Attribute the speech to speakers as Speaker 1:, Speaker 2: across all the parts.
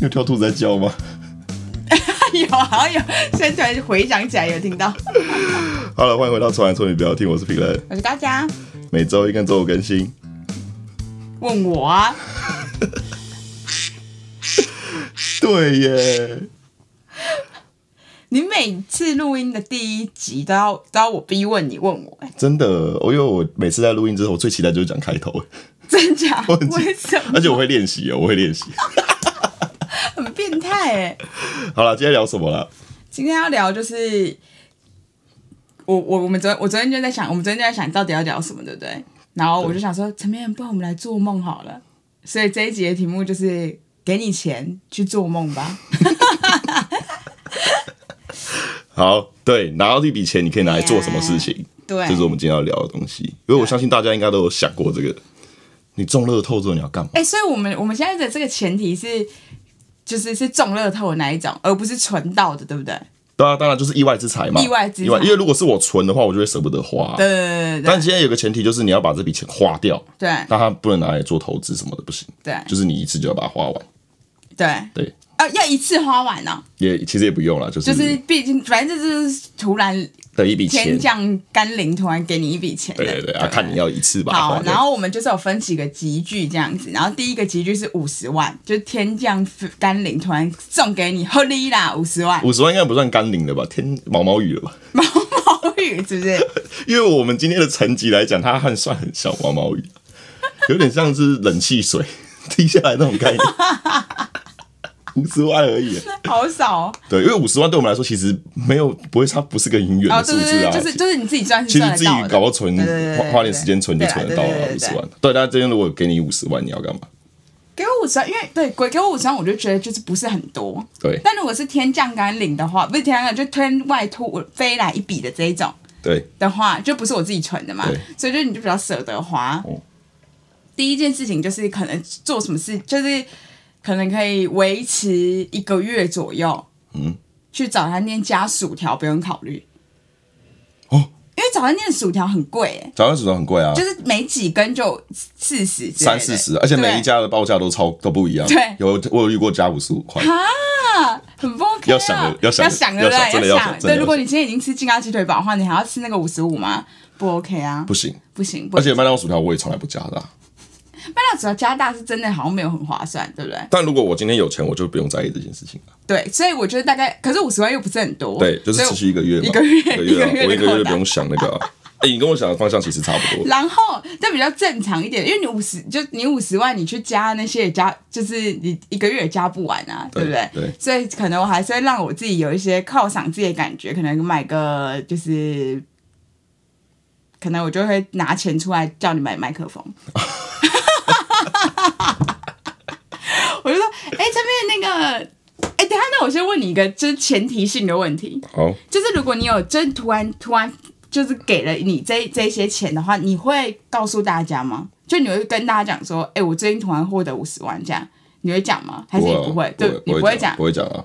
Speaker 1: 有条兔子在叫吗？
Speaker 2: 有好像有，现在突然回想起来有听到。
Speaker 1: 好了，欢迎回到《从来从你不要听》，我是平人，
Speaker 2: 我是大家
Speaker 1: 每周一跟周五更新。
Speaker 2: 问我啊，
Speaker 1: 对耶，
Speaker 2: 你每次录音的第一集都要都要我逼问你问我、欸，
Speaker 1: 真的，我因为我每次在录音之后，我最期待就是讲开头，
Speaker 2: 真假？
Speaker 1: 我很期
Speaker 2: 为什么？
Speaker 1: 而且我会练习哦，我会练习。
Speaker 2: 很变态哎、欸！
Speaker 1: 好了，今天聊什么了？
Speaker 2: 今天要聊就是我我我们昨我昨天就在想，我们昨天就在想到底要聊什么，对不对？然后我就想说，陈明仁，不然我们来做梦好了。所以这一集的题目就是给你钱去做梦吧。
Speaker 1: 好，对，拿到这笔钱，你可以拿来做什么事情？
Speaker 2: 对
Speaker 1: 这是我们今天要聊的东西。因为我相信大家应该都有想过这个，你中乐透之后你要干嘛？
Speaker 2: 哎、所以我们我们现在的这个前提是，就是是中乐透的那一种，而不是存到的，对不对？
Speaker 1: 对啊，当然就是意外之财嘛。
Speaker 2: 意外之财
Speaker 1: 意外，因为如果是我存的话，我就会舍不得花。啊
Speaker 2: 对对对对
Speaker 1: 但现在有个前提就是你要把这笔钱花掉，
Speaker 2: 对
Speaker 1: 但它不能拿来做投资什么的，不行。
Speaker 2: 对
Speaker 1: 就是你一次就要把它花完。
Speaker 2: 对对，
Speaker 1: 对，
Speaker 2: 呃，要一次花完呢、
Speaker 1: 也其实也不用了，就是
Speaker 2: 就是毕竟反正就是突然
Speaker 1: 的嗯一笔钱
Speaker 2: 天。降甘霖，突然给你一笔钱的，
Speaker 1: 对对对，啊，看你要一次把它花
Speaker 2: 好，
Speaker 1: 掉。
Speaker 2: 然后我们就是有分几个集聚这样子，然后第一个集聚是五十万，就是天降甘霖，突然送给你，合理啦，五十万，
Speaker 1: 五十万应该不算甘霖了吧？天毛毛雨了吧？
Speaker 2: 毛毛雨是不是？
Speaker 1: 因为我们今天的层级来讲，它还算很小毛毛雨，有点像是冷气水 滴下来那种概念， 五十万而已。
Speaker 2: 好少哦，
Speaker 1: 对，因为五十万对我们来说其实没有不会，它不是个很远
Speaker 2: 哦
Speaker 1: 的数
Speaker 2: 对
Speaker 1: 字
Speaker 2: 对
Speaker 1: 啊。
Speaker 2: 对，就是就是你自己赚是
Speaker 1: 其实
Speaker 2: 赚
Speaker 1: 自
Speaker 2: 得
Speaker 1: 己
Speaker 2: 到的，
Speaker 1: 搞到存
Speaker 2: 对对对，对对
Speaker 1: 花点时间存就存得到
Speaker 2: 对啦
Speaker 1: 了
Speaker 2: 对
Speaker 1: 五
Speaker 2: 对
Speaker 1: 十
Speaker 2: 对对
Speaker 1: 万。对，但今天如果给你五十万，你要干嘛？
Speaker 2: 给我五十万，因为对给给我五十万，我就觉得就是不是很多。
Speaker 1: 对
Speaker 2: 但如果是天降甘霖的话，不是天降甘霖，就天外突飞来一笔的这一种
Speaker 1: 对，
Speaker 2: 的话，就不是我自己存的嘛
Speaker 1: 对，
Speaker 2: 所以就你就比较舍得花。
Speaker 1: 哦
Speaker 2: 第一件事情就是可能做什么事，就是可能可以维持一个月左右，
Speaker 1: 嗯，
Speaker 2: 去早餐店加薯条不用考虑，
Speaker 1: 哦，
Speaker 2: 因为早餐店的薯条很贵、欸，
Speaker 1: 早上薯条很贵啊，
Speaker 2: 就是每几根就四十，
Speaker 1: 三四十，而且每一家的报价都超都不一样。
Speaker 2: 对
Speaker 1: 有我有遇过加五十五 块，
Speaker 2: 啊，很不 OK 啊。
Speaker 1: 要想的要
Speaker 2: 要
Speaker 1: 想的
Speaker 2: 的
Speaker 1: 要想真的
Speaker 2: 对不对？
Speaker 1: 要想
Speaker 2: 想
Speaker 1: 真的
Speaker 2: 对。
Speaker 1: 要
Speaker 2: 如果你今天已经吃劲辣鸡腿堡的话，你还要吃那个五十五吗？不 OK 啊，
Speaker 1: 不行。
Speaker 2: 不行。不
Speaker 1: 而
Speaker 2: 行
Speaker 1: 且麦当劳薯条我也从来不加的啊、
Speaker 2: 麦当劳只要加大是真的好像没有很划算，对不对？
Speaker 1: 但如果我今天有钱，我就不用在意这件事情了。
Speaker 2: 对，所以我觉得大概，可是五十万又不是很多，
Speaker 1: 对，就是持
Speaker 2: 所以
Speaker 1: 续一个月嘛，
Speaker 2: 一个月
Speaker 1: 一个月啊
Speaker 2: 一个月的
Speaker 1: 我一个月
Speaker 2: 扣
Speaker 1: 不
Speaker 2: 打
Speaker 1: 用想那个、 啊。哎、你跟我想的方向其实差不多。
Speaker 2: 然后这比较正常一点，因为你五十就你五十万，你去加那些也加，就是你一个月也加不完啊，
Speaker 1: 对
Speaker 2: 对不对？
Speaker 1: 对
Speaker 2: 所以可能我还是会让我自己有一些犒赏自己的感觉，可能买个就是，可能我就会拿钱出来叫你买麦 克风。我就说，哎、这边那个。哎、等一下，那我先问你一个，就是前提性的问题。
Speaker 1: 好，
Speaker 2: 就是如果你有真突然突然就是给了你这这些钱的话，你会告诉大家吗？就你会跟大家讲说，哎、我最近突然获得五十万这样，你会讲吗？还是你
Speaker 1: 啊
Speaker 2: 不会？对，你
Speaker 1: 不
Speaker 2: 不
Speaker 1: 会
Speaker 2: 会
Speaker 1: 讲，
Speaker 2: 讲，
Speaker 1: 不会讲啊，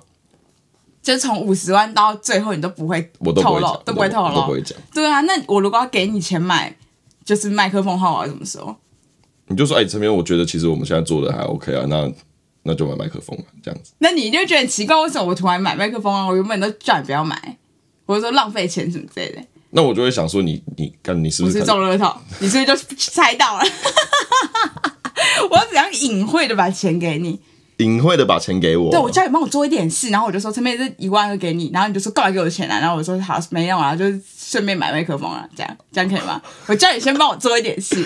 Speaker 2: 就是从五十万到最后你都不会
Speaker 1: 我都不
Speaker 2: 透
Speaker 1: 会
Speaker 2: 露
Speaker 1: 讲，，
Speaker 2: 都不会透
Speaker 1: 我都不
Speaker 2: 露
Speaker 1: 会。讲。
Speaker 2: 对啊，那我如果要给你钱买就是麦克风的话，我要怎么说？
Speaker 1: 你就说，哎、这边我觉得其实我们现在做的还 OK 啊，那那就买麦克风嘛，这样子。
Speaker 2: 那你就会觉得很奇怪，为什么我突然买麦克风啊？我原本都叫你不要买，我就说浪费钱什么之类的。
Speaker 1: 那我就会想说你，你看你是不
Speaker 2: 我
Speaker 1: 是
Speaker 2: 是
Speaker 1: 看
Speaker 2: 中乐透，你是不是就猜到了？ 我要怎样隐晦的把钱给你？
Speaker 1: 隐晦的把钱给我？
Speaker 2: 对我叫你帮我做一点事，然后我就说陈妹这一万个给你，然后你就说过来给我钱啊，然后我说好没用啊，就是顺便买麦克风啊，这样这样可以吗？我叫你先帮我做一点事，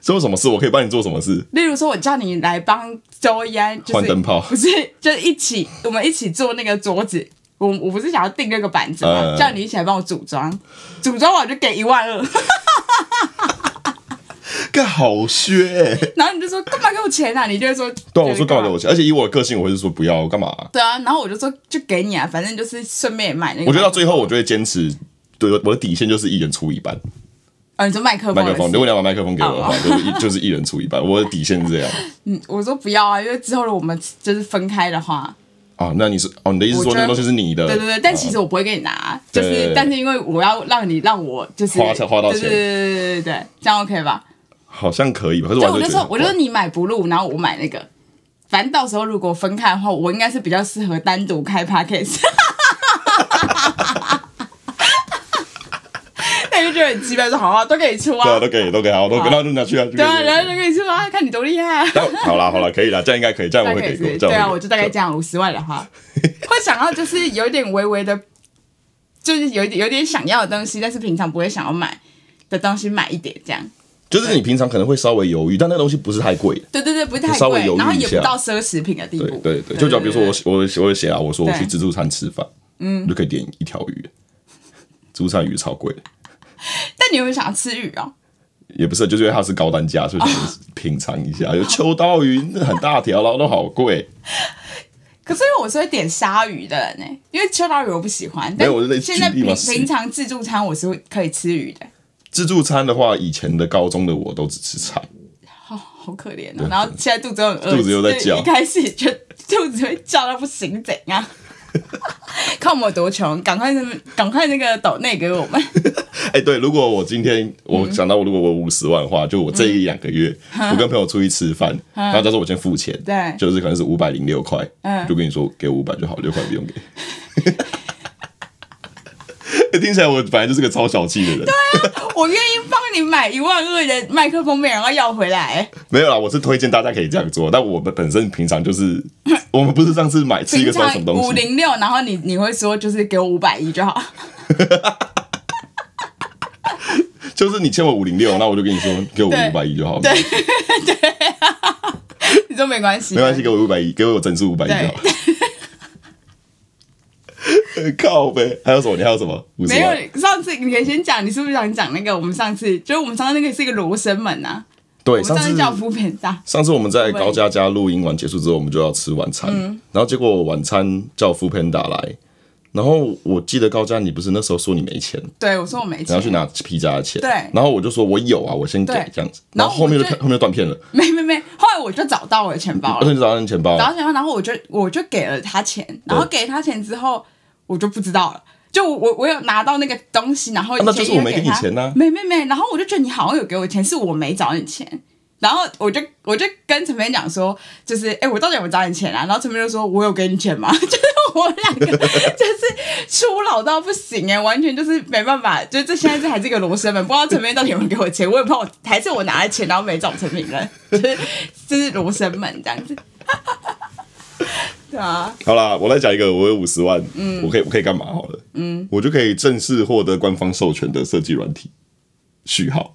Speaker 1: 做什么事，我可以帮你做什么事？
Speaker 2: 例如说我叫你来帮周一安，就
Speaker 1: 换
Speaker 2: 是
Speaker 1: 灯泡
Speaker 2: 不是就是一起我们一起做那个桌子。我我不是想要订那个板子嘛，
Speaker 1: 嗯
Speaker 2: 叫你一起来帮我组装，组装我就给一万二，
Speaker 1: 干好削、欸。
Speaker 2: 然后你就说干嘛给我钱啊？你就会说
Speaker 1: 对啊，我说干
Speaker 2: 干嘛
Speaker 1: 嘛给我钱？而且以我的个性，我会是说不要，我干嘛啊、
Speaker 2: 对啊，然后我就说就给你啊，反正就是顺便也买那个。
Speaker 1: 我觉得到最后，我就会坚持，对我的底线就是一人出一半
Speaker 2: 哦，你说麦
Speaker 1: 麦
Speaker 2: 克风的
Speaker 1: 克
Speaker 2: 事，
Speaker 1: 风。如果你要把麦克风给我的话，
Speaker 2: 哦
Speaker 1: 就是一就是一人出一半。我的底线是这样
Speaker 2: 嗯，我说不要啊，因为之后我们就是分开的话，
Speaker 1: 啊。那你是哦，你的意思是说
Speaker 2: 我
Speaker 1: 那
Speaker 2: 觉得
Speaker 1: 个东西是你的？
Speaker 2: 对对对，但其实我不会给你拿，
Speaker 1: 啊对
Speaker 2: 就
Speaker 1: 对
Speaker 2: 是
Speaker 1: 对
Speaker 2: 但是因为我要让你让我就是
Speaker 1: 花钱花到钱
Speaker 2: 对对对对对对，这样 OK 吧？
Speaker 1: 好像可以吧？可是
Speaker 2: 就
Speaker 1: 我
Speaker 2: 我
Speaker 1: 还
Speaker 2: 就是
Speaker 1: 觉得哦
Speaker 2: 说
Speaker 1: 很，
Speaker 2: 我就说你买不入，然后我买那个，反正到时候如果分开的话，我应该是比较适合单独开 podcast。那就觉得很奇怪，说好啊，都给你出
Speaker 1: 对啊，
Speaker 2: 啊，
Speaker 1: 都可以，都可以，好，都
Speaker 2: 好
Speaker 1: 那就拿去啊，就可以
Speaker 2: 对啊，然后就给你出啊，看你多厉害啊。
Speaker 1: 但好啦，好啦，可以啦，这样应该可以，这样
Speaker 2: 大
Speaker 1: 我
Speaker 2: 概
Speaker 1: 会
Speaker 2: 可以
Speaker 1: 给过，
Speaker 2: 是，
Speaker 1: 这
Speaker 2: 对啊，
Speaker 1: 样
Speaker 2: 我就大概
Speaker 1: 样。
Speaker 2: 讲五十万的话，会想要就是有一点微微的，就是有一点有点想要的东西，但是平常不会想要买的东西买一点这样。
Speaker 1: 就是你平常可能会稍微犹豫，但那个东西不是太贵的。
Speaker 2: 对对对，不是太
Speaker 1: 稍微
Speaker 2: 贵
Speaker 1: 犹，豫
Speaker 2: 然后
Speaker 1: 一
Speaker 2: 也不
Speaker 1: 下
Speaker 2: 到奢侈品的地
Speaker 1: 对
Speaker 2: 步。
Speaker 1: 对对，就假如比如说我我我有写啊，我说我
Speaker 2: 对
Speaker 1: 去自助餐吃饭，嗯，就可以点一条鱼，自助餐鱼超贵的，
Speaker 2: 但你有没有想要吃鱼哦？
Speaker 1: 也不是，就是因为它是高单价，所以想品尝一下。有秋刀鱼那很大条，然后都好贵，
Speaker 2: 可是因为我是会点鲨鱼的人呢、欸因为秋刀鱼我不喜欢。但
Speaker 1: 没有我就在
Speaker 2: 现在
Speaker 1: 举例
Speaker 2: 平
Speaker 1: 嘛是
Speaker 2: 平常自助餐我是会可以吃鱼的，
Speaker 1: 自助餐的话，以前的高中的我都只吃菜，
Speaker 2: 好好可怜哦。然后现在肚子又很饿，
Speaker 1: 肚子又在
Speaker 2: 所以
Speaker 1: 叫
Speaker 2: 一开始就肚子会叫到不行，怎样？ 看我们有多穷，赶快那么赶快那个抖内给我们，
Speaker 1: 哎、对，如果我今天
Speaker 2: 嗯
Speaker 1: 我想到，如果我五十万的话，就我这一两个月，我跟朋友出去吃饭，然后他说我先付钱，
Speaker 2: 嗯对
Speaker 1: 就是可能是五百零六块，
Speaker 2: 嗯
Speaker 1: 就跟你说给五百就好，六块不用给。 哎听起来我本来就是个超小气的人，
Speaker 2: 我愿意帮你买一万二的麦克风，没人要要回来。
Speaker 1: 没有啦，我是推荐大家可以这样做，但我们本身平常就是，我们不是上次买吃一
Speaker 2: 平
Speaker 1: 个什么
Speaker 2: 常
Speaker 1: 什么东
Speaker 2: 五
Speaker 1: 西，
Speaker 2: 零六，然后你你会说就是给我五百一就好。
Speaker 1: 就是你欠我五零六，那我就跟你说给我
Speaker 2: 对
Speaker 1: 五百一就好，
Speaker 2: 对对，你说没关系，
Speaker 1: 没关系，给我五百一，给我整数五百一就好。 靠呗，还有什么？你还有什么？五十
Speaker 2: 没
Speaker 1: 万
Speaker 2: 有，上次你可以先讲，你是不是想讲那个？我们上次就是我们上次那个是一个罗生门啊，我
Speaker 1: 对，
Speaker 2: 们
Speaker 1: 上
Speaker 2: 上
Speaker 1: 次
Speaker 2: 次叫福扁大，
Speaker 1: 上次我们在高佳佳录音完结束之后，我们就要吃晚餐，
Speaker 2: 嗯
Speaker 1: 然后结果晚餐叫 f o o Panda 来，然后我记得高佳你不是那时候说你没钱，
Speaker 2: 对我说我没
Speaker 1: 然
Speaker 2: 钱
Speaker 1: 后，去拿皮夹的钱，
Speaker 2: 对
Speaker 1: 然后我就说我有啊，我先给
Speaker 2: 对
Speaker 1: 这样子，
Speaker 2: 然
Speaker 1: 然
Speaker 2: 后
Speaker 1: 后后面就
Speaker 2: 我就
Speaker 1: 后面就断片了，
Speaker 2: 没没没，后来我就找到我的钱包
Speaker 1: 而
Speaker 2: 了，
Speaker 1: 且找到你钱包啊
Speaker 2: 找，到钱包，然后我就我就给了他钱，然后给了他钱之后，我就不知道了。就我我我有拿到那个东西，然后
Speaker 1: 啊那就是
Speaker 2: 以前
Speaker 1: 我没
Speaker 2: 有
Speaker 1: 给你
Speaker 2: 他
Speaker 1: 钱呐
Speaker 2: 没没没，然后我就觉得你好像有给我钱，是我没找你钱，然后我就我就跟陈培讲说，就是哎、诶我到底有没有找你钱啊？然后陈培就说，我有给你钱吗？ 就是我们两个就是初老到不行哎、完全就是没办法，就是这现在这还是一个罗生门，不知道陈培到底有没有给我钱，我也不知道我，还是我拿了钱然后没找陈明人， 就是就是罗生门这样子， 对啊。
Speaker 1: 好啦，我来讲一个，我有五十万，
Speaker 2: 嗯
Speaker 1: 我可以我可以干嘛好了，嗯，我就可以正式获得官方授权的设计软体序号，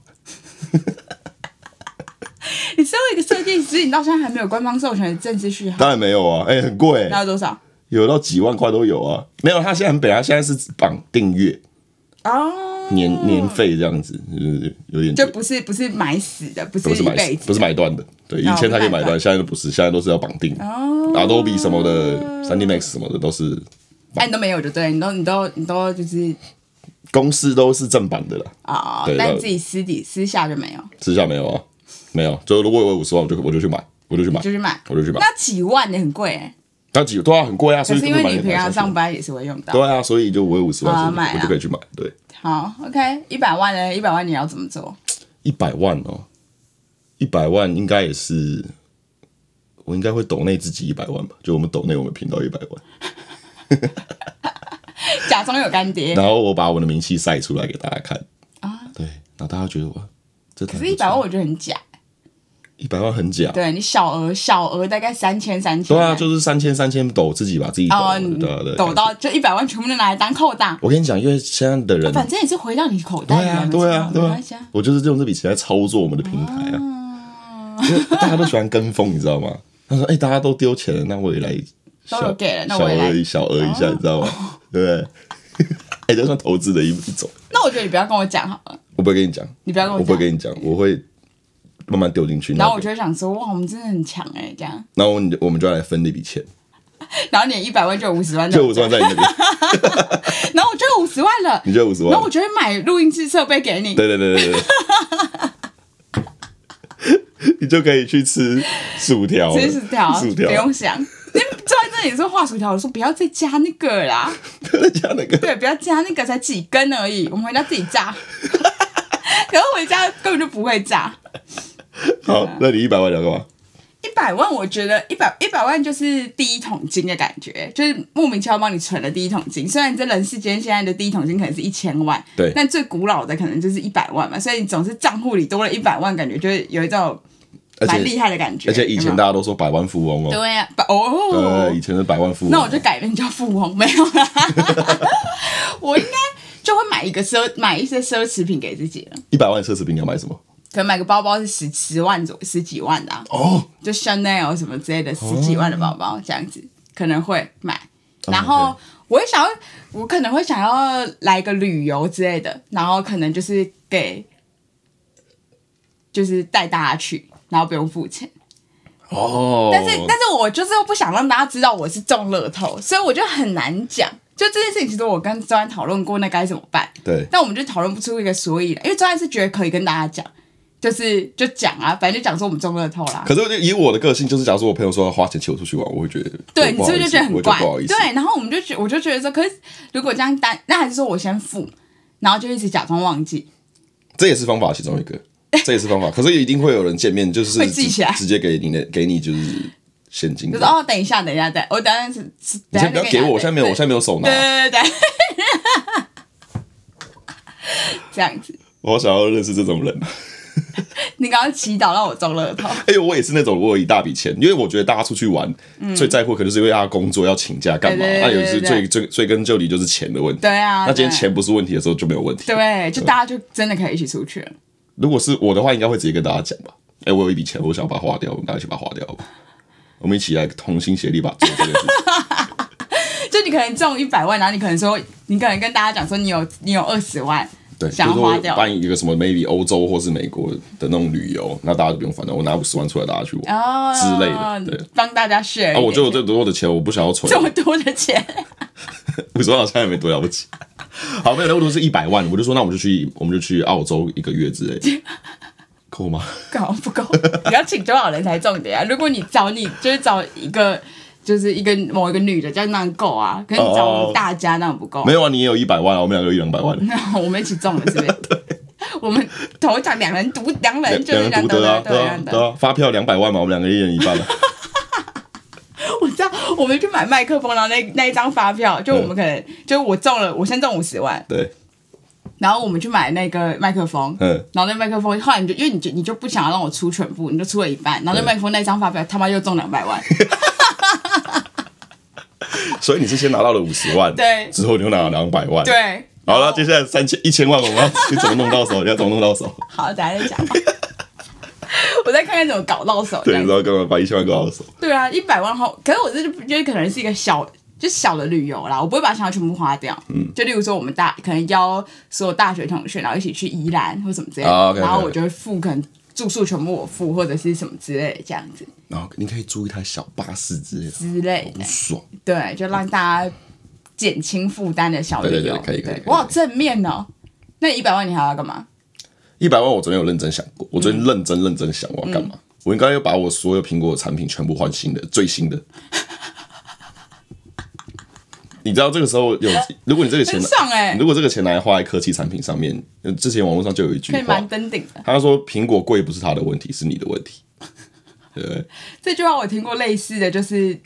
Speaker 2: 你身为一个设计师，你到现在还没有官方授权的正式序号，
Speaker 1: 当然没有啊，哎、很贵、
Speaker 2: 那有多少？
Speaker 1: 有到几万块都有啊。没有，他现在很北，他现在是绑订阅
Speaker 2: 哦，
Speaker 1: 年年费这样子，就是有点
Speaker 2: 就不是不是买死的，不
Speaker 1: 不
Speaker 2: 是
Speaker 1: 是
Speaker 2: 一
Speaker 1: 买
Speaker 2: 辈子，
Speaker 1: 不是买断的，对，以前才可以买断，现在都不是，现在都是要绑定。
Speaker 2: 哦，
Speaker 1: Adobe 什么的，三 D Max 什么的都是
Speaker 2: 哎，你都没有就对，你都你都你都就是
Speaker 1: 公司都是正版的啦，
Speaker 2: 啊、
Speaker 1: 对
Speaker 2: 但
Speaker 1: 那
Speaker 2: 自己私底私下就没有，
Speaker 1: 之下没有啊，没有。就如果我有五十万，我就我就去买，我就去买
Speaker 2: 就，去买。
Speaker 1: 我就去买。
Speaker 2: 那几万也很贵哎、
Speaker 1: 那几对啊，很贵啊，所
Speaker 2: 可
Speaker 1: 以
Speaker 2: 是因为
Speaker 1: 根
Speaker 2: 你
Speaker 1: 本
Speaker 2: 平
Speaker 1: 买不下
Speaker 2: 常
Speaker 1: 去
Speaker 2: 上班也是会用到。
Speaker 1: 对啊，所以就我有五十
Speaker 2: 好啊
Speaker 1: 万，所
Speaker 2: 买
Speaker 1: 以
Speaker 2: 啊
Speaker 1: 我就可以去买。对，
Speaker 2: 好，OK，一百万呢？一百万你要怎么做？
Speaker 1: 一百万哦，一百万应该也是，我应该会抖内自己一百万吧，就我们抖内我们频道一百万，
Speaker 2: 假装有干爹，
Speaker 1: 然后我把我的名气晒出来给大家看啊，对，然后大家觉得哇，这可
Speaker 2: 可是一百万我觉得很假。
Speaker 1: 一百万很假，
Speaker 2: 对你小额小额大概三千三千，欸
Speaker 1: 对啊，就是三千三千抖自己把自己抖
Speaker 2: 哦，
Speaker 1: 了，
Speaker 2: 你
Speaker 1: 对啊对啊，
Speaker 2: 抖到就一百万全部都拿来当扣档，
Speaker 1: 我跟你讲，因为现在的人，
Speaker 2: 反正也是回到你口
Speaker 1: 对
Speaker 2: 袋里
Speaker 1: 啊
Speaker 2: 面，
Speaker 1: 对啊
Speaker 2: 没
Speaker 1: 对
Speaker 2: 关系
Speaker 1: 啊
Speaker 2: 啊，。
Speaker 1: 我就是用这笔钱来操作我们的平台啊，
Speaker 2: 嗯，
Speaker 1: 因为 大家都喜欢跟风，你知道吗？他说：“哎、大家都丢钱了，那我也来
Speaker 2: 都
Speaker 1: 小
Speaker 2: 有给了那
Speaker 1: 小
Speaker 2: 我也来哦
Speaker 1: 额一小额一下，你知道吗？对不对？ 哎、这算投资的一一种。
Speaker 2: 那我觉得你不要跟我讲好了，
Speaker 1: 我不会跟你讲，
Speaker 2: 你不要跟
Speaker 1: 我
Speaker 2: 我讲
Speaker 1: 不会跟你讲，我会慢慢丢进去。
Speaker 2: 然
Speaker 1: 然
Speaker 2: 后
Speaker 1: 后
Speaker 2: 我，就会想说，哇，我们真的很强哎、这样，
Speaker 1: 然后我们就我们就要来分那笔钱，
Speaker 2: 然后你一百万就有五十万的
Speaker 1: 就，五十万在你那边，
Speaker 2: 然后我就有五十万了，
Speaker 1: 你就五十
Speaker 2: 然
Speaker 1: 万
Speaker 2: 后我。就会买录音室设备给你，
Speaker 1: 对对对对 对。你就可以去吃薯条了，
Speaker 2: 吃薯条，
Speaker 1: 薯
Speaker 2: 不
Speaker 1: 条
Speaker 2: 用，想，你坐在这里说画薯条，我说不要再加那 个啦，
Speaker 1: 不要再加那个。
Speaker 2: 对，不要加那个，才几根而已，我们回家自己 炸，可是回家根本就不会炸，
Speaker 1: 好，那你一百万你要干嘛？
Speaker 2: 一百万，我觉得一百一百万就是第一桶金的感觉，就是莫名其妙帮你存了第一桶金。虽然这人世间现在的第一桶金可能是一千万，
Speaker 1: 对
Speaker 2: 但最古老的可能就是一百万嘛，所以你总是账户里多了一百万，感觉就是有一种
Speaker 1: 而
Speaker 2: 蛮厉
Speaker 1: 且
Speaker 2: 害的感觉。
Speaker 1: 而且以前
Speaker 2: 的
Speaker 1: 大家都说百万富翁哦，
Speaker 2: 对呀、啊，哦，
Speaker 1: 呃对，以前是百万富翁。
Speaker 2: 那我就改名叫富翁，没有啦， 我应该就会买一个奢买一些奢侈品给自己了，
Speaker 1: 一百万奢侈品你要买什么？
Speaker 2: 可能买个包包是十十万左十几万的、啊。
Speaker 1: 哦，
Speaker 2: 就 Chanel 什么之类的十几万的包包这样子，可能会买。
Speaker 1: 哦
Speaker 2: 然后我也想要，我可能会想要来个旅游之类的，然后可能就是给，就是带大家去，然后不用付钱。
Speaker 1: 哦，
Speaker 2: 但是，但是我就是又不想让大家知道我是中乐透，所以我就很难讲。就这件事情，其实我跟周安讨论过，那该怎么办？
Speaker 1: 对，
Speaker 2: 但我们就讨论不出一个所以然，因为周安是觉得可以跟大家讲，就是就讲啊，反正就讲说我们中乐透啦。
Speaker 1: 可是我就以我的个性，就是假如说我朋友说要花钱请我出去玩，我会觉得
Speaker 2: 对，你
Speaker 1: 不
Speaker 2: 是
Speaker 1: 好
Speaker 2: 不是
Speaker 1: 意
Speaker 2: 就
Speaker 1: 思
Speaker 2: 觉得很
Speaker 1: 我
Speaker 2: 怪？
Speaker 1: 不好意思。
Speaker 2: 对，然后我们就觉，我就觉得说，可是如果这样单，那还是说我先付，然后就一直假装忘记。
Speaker 1: 这也是方法其中一个，这也是方法。可是一定会有人见面，就是
Speaker 2: 会记起来
Speaker 1: 直直接给你的，给你就是现金
Speaker 2: 就
Speaker 1: 的
Speaker 2: 是。哦，等一下，等一下，等，我等一下是，是
Speaker 1: 你
Speaker 2: 等一下
Speaker 1: 先不要
Speaker 2: 再
Speaker 1: 给
Speaker 2: 你
Speaker 1: 我，我
Speaker 2: 拿
Speaker 1: 现在没有，我现在没有手拿
Speaker 2: 对。对对对对，这样子，
Speaker 1: 我好想要认识这种人。
Speaker 2: 你刚刚祈祷让我中乐透，
Speaker 1: 哎呦，我也是那种，我有一大笔钱，因为我觉得大家出去玩最在乎，可能是因为大家工作要请假干嘛。
Speaker 2: 嗯对对对
Speaker 1: 那有时
Speaker 2: 对
Speaker 1: 最最追根究底就是钱的问题。
Speaker 2: 对啊，
Speaker 1: 那今天
Speaker 2: 对
Speaker 1: 钱不是问题的时候就没有问题。
Speaker 2: 对，就大家就真的可以一起出去了。
Speaker 1: 如果是我的话，应该会直接跟大家讲吧。哎、我有一笔钱，我想把它花掉，我们大家一起把它花掉吧。我们一起来同心协力吧，做这件事情。
Speaker 2: 就你可能中一百万，然后你可能说，你可能跟大家讲说你有你有二十万，
Speaker 1: 对，
Speaker 2: 想要
Speaker 1: 就是说
Speaker 2: 花掉
Speaker 1: 办一个什么 maybe 欧洲或是美国的那种旅游，那大家就不用烦恼，我拿五十万出来，大家去玩。
Speaker 2: 哦
Speaker 1: 之类的对，
Speaker 2: 帮大家 share 一点。
Speaker 1: 啊，我觉得我这多的钱我不想要存
Speaker 2: 这，么多的钱。
Speaker 1: 五十万好像也没多了不 起。好，没有，那如果是一百万，我就说那我们就去，我们就去澳洲一个月之类 的，够吗？
Speaker 2: 够 不够？你要请多少人才重点啊？如果你找你就是找一个就是一个某一个女的，这样那样够啊。可是你找我们大家那样不够
Speaker 1: 没。有啊，你也有一百万啊，我们两个有一两百 万，
Speaker 2: 那我们一起中了是 不是？我们头奖两人独两人就是
Speaker 1: 两
Speaker 2: 这样
Speaker 1: 人独得啊，
Speaker 2: 对
Speaker 1: 对啊，对
Speaker 2: 对。
Speaker 1: 啊，发票两百万嘛，我们两个一人一半啊。
Speaker 2: 我知道，我们去买麦克风，然后那那一张发票，就我们可能就我中了，我先中五十万，
Speaker 1: 对，
Speaker 2: 然后我们去买那个麦克风，
Speaker 1: 嗯，
Speaker 2: 然后那麦克风后来你就因为你就你就不想要让我出全部，你就出了一半，然后那
Speaker 1: 对
Speaker 2: 麦克风那张发票他妈又中两百万，
Speaker 1: 所以你是先拿到了五十万，
Speaker 2: 对
Speaker 1: 之后你又拿了两百万，。
Speaker 2: 对。
Speaker 1: 好了，接下来三千一千万，我们要 去怎么弄到手？你要怎么弄到手？
Speaker 2: 好，等下再讲。 我再看看怎么搞到手。这
Speaker 1: 对，
Speaker 2: 样
Speaker 1: 然
Speaker 2: 子
Speaker 1: 后刚刚把一千万搞到手。
Speaker 2: 对啊，一百万后，可是我这就觉得可能是一个小，就小的旅游啦，我不会把钱全部花掉。嗯，就例如说我们大可能邀所有大学同学，然后一起去宜兰或什么之类的，
Speaker 1: 啊，OK，OK，OK
Speaker 2: 然后我就会付，可能住宿全部我付，或者是什么之类的这样子
Speaker 1: 然后你可以租一台小巴士之类的，
Speaker 2: 之类
Speaker 1: 很
Speaker 2: 的，
Speaker 1: 爽。
Speaker 2: 对，就让大家减轻负担的小旅游。
Speaker 1: 对对对可以可以可以
Speaker 2: 我好正面哦。那一百万你还要干嘛？
Speaker 1: 一百万，我昨天有认真想过，我
Speaker 2: 嗯
Speaker 1: 昨天认真认真想我要干嘛。我应该要把我所有苹果的产品全部换新的，最新的。你知道这个时候有，如果你这个钱
Speaker 2: 很爽欸
Speaker 1: 如果这个钱拿来花在科技产品上面，呃之前网络上就有一句
Speaker 2: 可以蛮
Speaker 1: 话，
Speaker 2: 登顶的。
Speaker 1: 他说苹果贵不是他的问题，是你的问题。对不对，
Speaker 2: 这句话我听过类似的，就是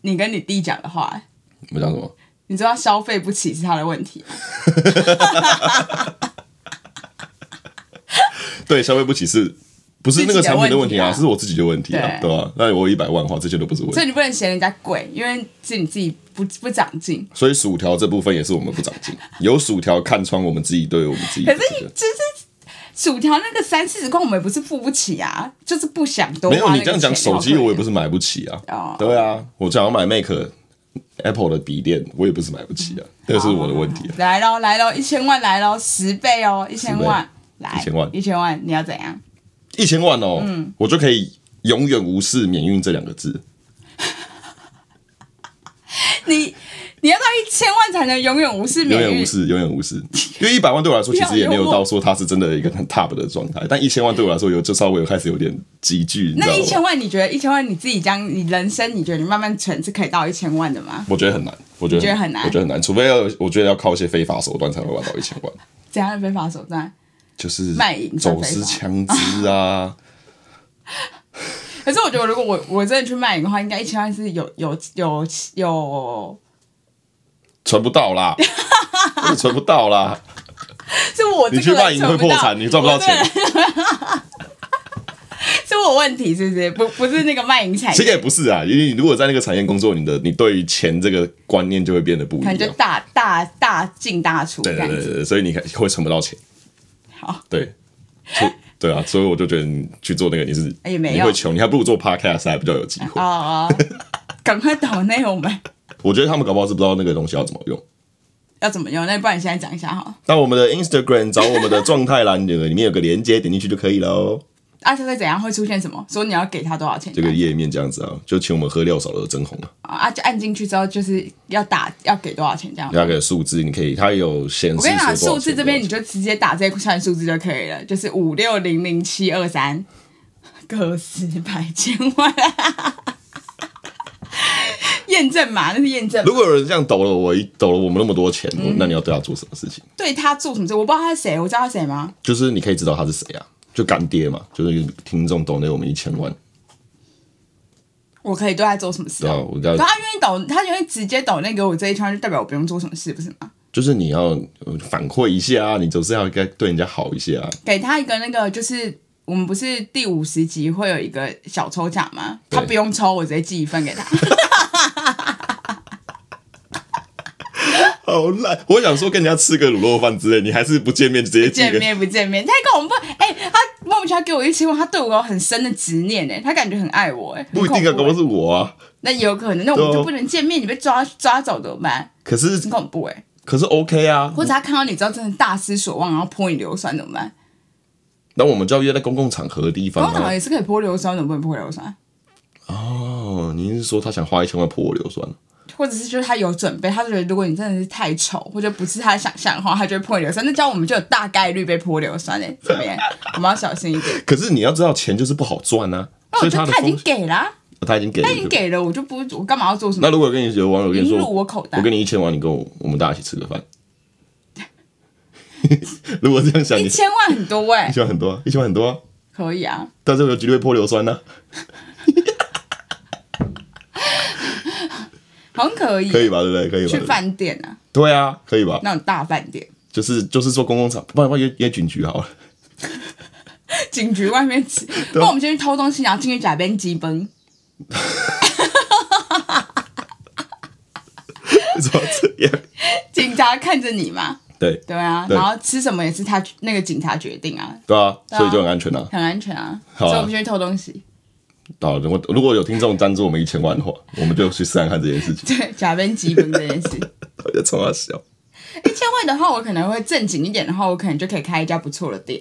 Speaker 2: 你跟你弟讲的话、
Speaker 1: 我们讲什么？
Speaker 2: 你知道消费不起是他的问题，
Speaker 1: 对，消费不起是不是那个产品的问题啊？
Speaker 2: 自己的问题啊
Speaker 1: 是我自己的问题啊，
Speaker 2: 对
Speaker 1: 对吧、那我有一百万的话，这些都不是问
Speaker 2: 所
Speaker 1: 题。
Speaker 2: 以你不能嫌人家贵，因为是你自己不不长进。
Speaker 1: 所以薯条这部分也是我们不长 进，有薯条看穿我们自己对我们自己
Speaker 2: 可
Speaker 1: 的
Speaker 2: 是
Speaker 1: 这
Speaker 2: 你
Speaker 1: 个。
Speaker 2: 就是薯条那个三四十块，我们也不是付不起啊，就是不想多花
Speaker 1: 没有你
Speaker 2: 那个
Speaker 1: 这样讲，
Speaker 2: 钱哦
Speaker 1: 手机我也不
Speaker 2: 好
Speaker 1: 是买不起啊。
Speaker 2: 哦
Speaker 1: 对啊，我想要买 Mac、Apple 的笔电，我也不是买不起啊，这个是我的问题啊
Speaker 2: 可怜。哦来喽来喽，一千万来喽，十倍哦，一千万来，
Speaker 1: 一千万
Speaker 2: 一千万，你要怎样？
Speaker 1: 一千万哦，
Speaker 2: 嗯
Speaker 1: 我就可以永远无视免运这两个字。
Speaker 2: 你你要到一千万才能永远无视
Speaker 1: 永
Speaker 2: 免
Speaker 1: 远
Speaker 2: 疫
Speaker 1: 无，视，永远无视。 因为一百万对我来说，其实也没有到说它是真的一个很 top 的状态，但一千万对我来说有就稍微有开始有点急剧，你知
Speaker 2: 那一
Speaker 1: 道
Speaker 2: 千
Speaker 1: 吗？
Speaker 2: 万，你觉得一千万你自己将你人生，你觉得你慢慢存是可以到一千万的吗？
Speaker 1: 我觉得很难，我觉
Speaker 2: 你觉
Speaker 1: 得
Speaker 2: 得很难
Speaker 1: 我觉得很难，除非要我觉得要靠一些非法手段才会玩到一千万，
Speaker 2: 怎样的非法手段？
Speaker 1: 就是
Speaker 2: 卖淫算
Speaker 1: 走
Speaker 2: 非法
Speaker 1: 私、枪支啊，
Speaker 2: 可是我觉得，如果我我真的去卖淫的话，应该一千万是有有有有，
Speaker 1: 存不到 啦，真的存不到啦。
Speaker 2: 是我
Speaker 1: 你
Speaker 2: 这
Speaker 1: 去
Speaker 2: 个
Speaker 1: 卖
Speaker 2: 人
Speaker 1: 淫会
Speaker 2: 存不
Speaker 1: 破
Speaker 2: 到
Speaker 1: 产，你赚不到钱。，
Speaker 2: 我 这个是我问题是不是？不不是那个卖淫产
Speaker 1: 其实
Speaker 2: 业，
Speaker 1: 也不是啊，因为你如果在那个产业工作，你的你对于钱这个观念就会变得不一
Speaker 2: 可能就
Speaker 1: 样。
Speaker 2: 大大大进大出这
Speaker 1: 对对
Speaker 2: 样
Speaker 1: 对
Speaker 2: 子。
Speaker 1: 对，对所以你看会存不到钱。
Speaker 2: 好，
Speaker 1: 对，所对啊，所以我就觉得你去做那个你是
Speaker 2: 哎也没
Speaker 1: 你
Speaker 2: 用
Speaker 1: 会穷，你还不如做 podcast 还比较有机会。
Speaker 2: 哦哦， 赶快倒内我们
Speaker 1: 我觉得他们搞不好是不知道那个东西要怎么用。
Speaker 2: 要怎么用？那不然你现在讲一下好了。
Speaker 1: 那我们的 Instagram 找我们的状态栏里面有个连接，点进去就可以喽。
Speaker 2: 啊，他会怎样？会出现什么？说你要给他多少钱？
Speaker 1: 这个页面这样子啊，就请我们喝料少的真红啊，
Speaker 2: 啊，就按进去之后就是要打要给多少钱这样。
Speaker 1: 大概数字你可以，它有显示
Speaker 2: 我跟你
Speaker 1: 说
Speaker 2: 讲，
Speaker 1: 多少
Speaker 2: 数字
Speaker 1: 钱
Speaker 2: 这边你就直接打这一串数字就可以了，就是五六零零七二三，个十百千万， 验证码那是验证码。
Speaker 1: 如果有人这样抖了我一抖了我们那么多钱，
Speaker 2: 嗯
Speaker 1: 我那你要对他做什么事情？
Speaker 2: 对他做什么事？我不知道他是谁，我知道他是谁吗？
Speaker 1: 就是你可以知道他是谁啊，就干爹嘛，就是听众抖那我们一千万，
Speaker 2: 我可以对他做什么事
Speaker 1: 对
Speaker 2: 啊、
Speaker 1: 啊，我要
Speaker 2: 对他愿意抖，他愿意直接抖那给我这一圈，就代表我不用做什么事，不是吗？
Speaker 1: 就是你要呃反馈一下啊，你总是要该对人家好一下啊，
Speaker 2: 给他一个那个，就是我们不是第五十集会有一个小抽奖吗？
Speaker 1: 对
Speaker 2: 他不用抽，我直接寄一份给他。
Speaker 1: 好烂！我想说跟人家吃个卤肉饭之类，你还是不见面直接寄
Speaker 2: 见
Speaker 1: 个
Speaker 2: 面不见面，太恐怖！哎、他莫名其妙给我一千万，他对我有很深的执念哎，他感觉很爱我哎，
Speaker 1: 不一定啊，
Speaker 2: 很恐
Speaker 1: 搞不好
Speaker 2: 怖哎
Speaker 1: 是啊我啊。
Speaker 2: 那也有可能，那我们
Speaker 1: 对啊
Speaker 2: 就不能见面，你被抓抓走怎么办？
Speaker 1: 可是
Speaker 2: 很恐怖哎！
Speaker 1: 可是 OK 啊，
Speaker 2: 或者他看到你之后真的大失所望，然后泼你硫酸怎么办？
Speaker 1: 那我们就要约在公共场合的地
Speaker 2: 公
Speaker 1: 方
Speaker 2: 共场合
Speaker 1: 啊。
Speaker 2: 也是可以泼硫酸，怎么不能泼硫酸？
Speaker 1: 哦，你是说他想花一千万泼我硫酸？
Speaker 2: 或者是就是他有准备，他就觉得如果你真的是太丑，或者不是他想象的话，他就会泼你硫酸。那这样我们就有大概率被泼硫酸哎，怎么 样？我们要小心一点。
Speaker 1: 可是你要知道，钱就是不好赚啊，
Speaker 2: 那
Speaker 1: 所
Speaker 2: 我
Speaker 1: 以
Speaker 2: 觉
Speaker 1: 他
Speaker 2: 得
Speaker 1: 的
Speaker 2: 他已
Speaker 1: 风
Speaker 2: 经
Speaker 1: 险
Speaker 2: 给了啊，
Speaker 1: 哦他已经给了
Speaker 2: 他已，经
Speaker 1: 对不对
Speaker 2: 给了，我就不我干嘛要做什么
Speaker 1: 那？如果跟你有网友跟你
Speaker 2: 引
Speaker 1: 说，
Speaker 2: 入我口袋
Speaker 1: 我给你一千万，你跟我我们大家一起吃个饭。 如果这样想，你
Speaker 2: 一千万很多哎、
Speaker 1: 一千万很多啊，一千万很多啊，
Speaker 2: 可以啊，
Speaker 1: 但是我有绝对会泼硫酸呢、
Speaker 2: 好像可以。
Speaker 1: 可以吧？对不对？可以吧？对
Speaker 2: 去
Speaker 1: 不对
Speaker 2: 饭店啊，
Speaker 1: 对啊，可以吧？
Speaker 2: 那种大饭店，
Speaker 1: 就是就是做公共场，不然的话约约警局好了。
Speaker 2: 警局外面吃。不，我们先去偷东西，然后进去假边基崩。
Speaker 1: 为什么要 这样？
Speaker 2: 警察看着你嘛，
Speaker 1: 对
Speaker 2: 对啊，
Speaker 1: 对
Speaker 2: 然后吃什么也是他那个警察决定啊，
Speaker 1: 对啊，
Speaker 2: 对啊
Speaker 1: 所以就很安全啊。
Speaker 2: 很安全啊。
Speaker 1: 好啊
Speaker 2: 所以我们先去偷东西，
Speaker 1: 好，如果如果有听众赞助我们一千万的话，我们就去试探看这件事 情。
Speaker 2: 对，假边基崩这件事。
Speaker 1: 我就冲他笑。
Speaker 2: 一千万的话，我可能会正经一点的话，我可能就可以开一家不错的店。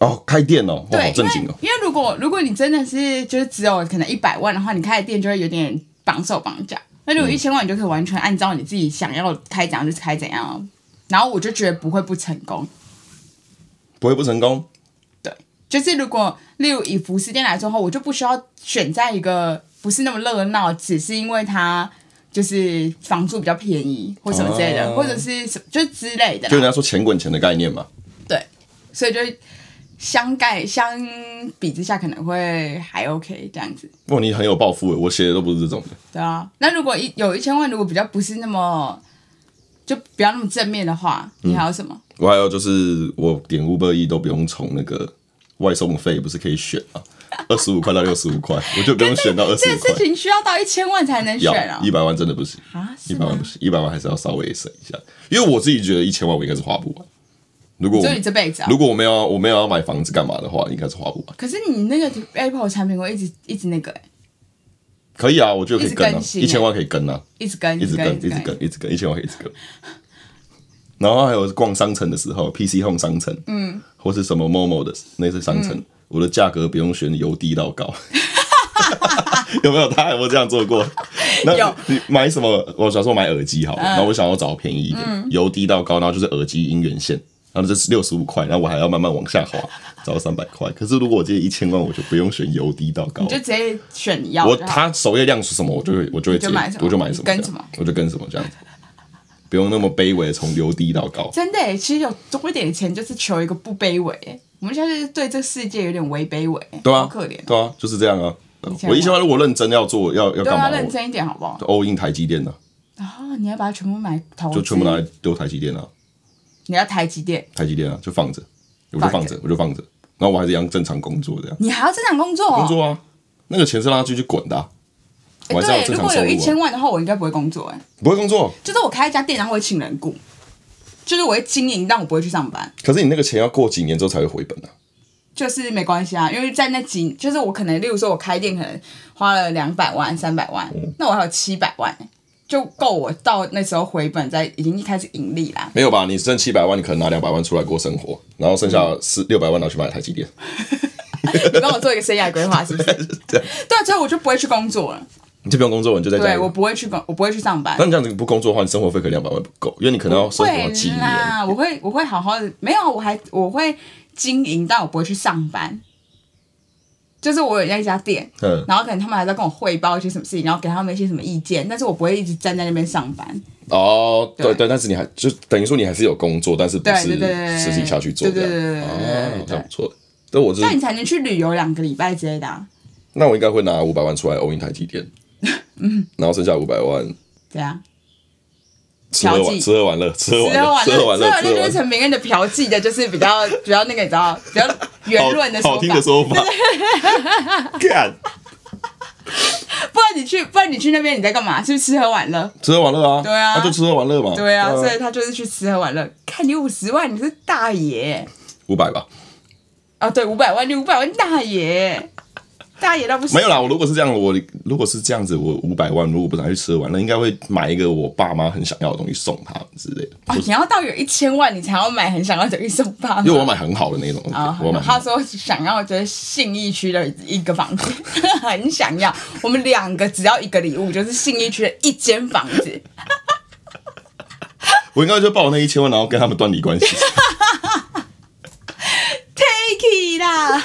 Speaker 1: 哦，开店哦，哇，
Speaker 2: 对，
Speaker 1: 好
Speaker 2: 因
Speaker 1: 正
Speaker 2: 为
Speaker 1: 经哦。
Speaker 2: 因为如果如果你真的是就是只有可能一百万的话，你开的店就会有点绑手绑脚。那如果一千万，你就可以完全按照你自己想要开怎样就开怎样哦。然后我就觉得不会不成功。
Speaker 1: 不会不成功，
Speaker 2: 对，就是如果例如以服饰店来说的话，我就不需要选在一个不是那么热闹，只是因为它就是房租比较便宜或什么之类的，
Speaker 1: 哦
Speaker 2: 或者是什就之类的啦。
Speaker 1: 就人家说钱滚钱的概念嘛。
Speaker 2: 对，所以就相盖相比之下可能会还 OK 这样子，
Speaker 1: 哇，你很有抱负耶，我写的都不是这种的。
Speaker 2: 对啊。那如果一有一千万，如果比较不是那么就不要那么正面的话，
Speaker 1: 嗯
Speaker 2: 你还有什么？
Speaker 1: 我还有就是，我点 Uber E 都不用充那个外送费，不是可以选啊，二十五块到六十五块，我就不用选到二十
Speaker 2: 这
Speaker 1: 五
Speaker 2: 个事
Speaker 1: 块。
Speaker 2: 情需要到一千万才能选
Speaker 1: 要
Speaker 2: 哦
Speaker 1: 一百万真的不行，
Speaker 2: 啊，
Speaker 1: 一
Speaker 2: 是
Speaker 1: 百
Speaker 2: 吗
Speaker 1: 万？不行，一百万还是要稍微省一下，因为我自己觉得一千万我应该是花不完。如果我
Speaker 2: 所以你这辈子啊
Speaker 1: 如。果我没有我没有要买房子干嘛的话，应该是花不完。
Speaker 2: 可是你那个 Apple 产品会一直一直那个、欸，
Speaker 1: 可以啊，我觉得可以跟
Speaker 2: 一直
Speaker 1: 啊
Speaker 2: 更，新欸
Speaker 1: 一千万可以跟啊，
Speaker 2: 一直跟
Speaker 1: 一直
Speaker 2: 跟
Speaker 1: 跟，一直
Speaker 2: 跟，
Speaker 1: 跟，一直跟，一千万可以一直跟。然后还有逛商城的时候，PC Home 商城，嗯，或是什么 Momo 的那些商城，我的价格不用选由低到高。 有没有他有没有这样做过？那
Speaker 2: 有
Speaker 1: 你买什么？我小时候买耳机好了，然后我想要找便宜一点，由低到高，然后就是耳机音源线，然后这是六十五块，然后我还要慢慢往下滑，找三百块。可是如果我借一千万，我就不用选由低到高
Speaker 2: 你，就直接选你要
Speaker 1: 我
Speaker 2: 就好。嗯
Speaker 1: 他首页亮出什么，我就会我就会接
Speaker 2: 你就买什么
Speaker 1: 我就买什么，
Speaker 2: 跟
Speaker 1: 这样
Speaker 2: 什么
Speaker 1: 我就跟什么这样子，不用那么卑微，从由低到高。
Speaker 2: 真的、欸，其实有多一点钱就是求一个不卑微、欸。我们现在就是对这个世界有点微卑微、欸
Speaker 1: 对啊，
Speaker 2: 好可怜哦、
Speaker 1: 对啊，就是这样啊。
Speaker 2: 一千
Speaker 1: 我一千万
Speaker 2: 万
Speaker 1: 如果认真要做，要要
Speaker 2: 对
Speaker 1: 干
Speaker 2: 啊，
Speaker 1: 嘛？
Speaker 2: 认真一点好不好？
Speaker 1: 我 all in 台积电的、
Speaker 2: 然后你要把它全部买投资，
Speaker 1: 就全部拿来丢台积电啊，
Speaker 2: 你要台积电，
Speaker 1: 台积电啊，就放着，我就放
Speaker 2: 放
Speaker 1: 着
Speaker 2: 着，
Speaker 1: 我就放着，然后我还是一样正常工作这样。
Speaker 2: 你还要正常工作、哦，
Speaker 1: 工作啊，那个钱是让他继续滚的啊、
Speaker 2: 诶
Speaker 1: 我还是要有
Speaker 2: 对，
Speaker 1: 正
Speaker 2: 如
Speaker 1: 常
Speaker 2: 果
Speaker 1: 收
Speaker 2: 有一
Speaker 1: 入、
Speaker 2: 千
Speaker 1: 啊。
Speaker 2: 万的话，我应该不会工作、哎，
Speaker 1: 不会工作，
Speaker 2: 就是我开一家店，然后我会请人雇，就是我会经营，但我不会去上班，
Speaker 1: 可是你那个钱要过几年之后才会回本啊。
Speaker 2: 就是没关系啊，因为在那几，就是我可能，例如说我开店可能花了两百万、三百万，
Speaker 1: 嗯
Speaker 2: 那我还有七百万、哎就够我到那时候回本，在已经开始盈利啦。
Speaker 1: 没有吧？你挣七百万，你可能拿两百万出来过生活，然后剩下四六百万拿去买台积电。
Speaker 2: 你帮我做一个生涯规划，是不是？
Speaker 1: 对，
Speaker 2: 对，所以我就不会去工作了。
Speaker 1: 你就不用工作，你就在家
Speaker 2: 对，我
Speaker 1: 里。
Speaker 2: 不会去工，我不会去上班
Speaker 1: 那。你这样子不工作的话，你生活费可能两百万不够，因为你可能要生活
Speaker 2: 会
Speaker 1: 几年。
Speaker 2: 啦，我会我会好好的，没有，我还我会经营，但我不会去上班。就是我有一家店，
Speaker 1: 嗯，
Speaker 2: 然后可能他们还在跟我汇报一些什么事情，然后给他们一些什么意见，但是我不会一直站在那边上班。
Speaker 1: 哦，对
Speaker 2: 对
Speaker 1: 对，但是你还就等于说你还是有工作，但是不
Speaker 2: 对
Speaker 1: 是
Speaker 2: 对对对
Speaker 1: 实际下去做这
Speaker 2: 对
Speaker 1: 样。
Speaker 2: 对对对对
Speaker 1: 哦
Speaker 2: 对，
Speaker 1: 这
Speaker 2: 对
Speaker 1: 样不错。但我是
Speaker 2: 那你才能去旅游两个礼拜之类的、啊，
Speaker 1: 那我应该会拿五百万出来 all in 台积电，然后剩下五百万
Speaker 2: 对啊。
Speaker 1: 吃喝
Speaker 2: 调
Speaker 1: 玩
Speaker 2: 剂
Speaker 1: 吃喝玩乐，吃喝玩
Speaker 2: 吃喝
Speaker 1: 乐，
Speaker 2: 玩
Speaker 1: 吃
Speaker 2: 乐，
Speaker 1: 喝玩
Speaker 2: 吃喝
Speaker 1: 乐，
Speaker 2: 玩
Speaker 1: 吃喝
Speaker 2: 乐就是
Speaker 1: 玩乐。
Speaker 2: 陈明恩的嫖妓的，就是比较 比较那个，你知道，比较圆润的说
Speaker 1: 好好
Speaker 2: 法。
Speaker 1: 听的说法，干
Speaker 2: 不然你去，不然你去那边你在干嘛？是不是吃喝玩乐？
Speaker 1: 吃喝玩乐啊，
Speaker 2: 对啊
Speaker 1: 那就吃喝玩乐嘛，
Speaker 2: 对啊，所以他就是去吃喝玩乐。看你五十万，你是大爷
Speaker 1: 五百吧，
Speaker 2: 啊！对，五百万，你五百万大爷，大爷到不行。
Speaker 1: 没有啦，我如果是这样，我如果是这样子，我五百万如果不拿去吃喝玩乐，应该会买一个我爸妈很想要的东西送他们之类的，
Speaker 2: 哦，你要到有一千万，你才要买很想要的一送八
Speaker 1: 因为我要买很好的那种，
Speaker 2: 啊
Speaker 1: 我要买，很好
Speaker 2: 他说想要就是信义区的一个房子， 很想要。我们两个只要一个礼物，就是信义区的一间房子。
Speaker 1: 我应该就报那一千万，然后跟他们断离关系。
Speaker 2: Take it 啦。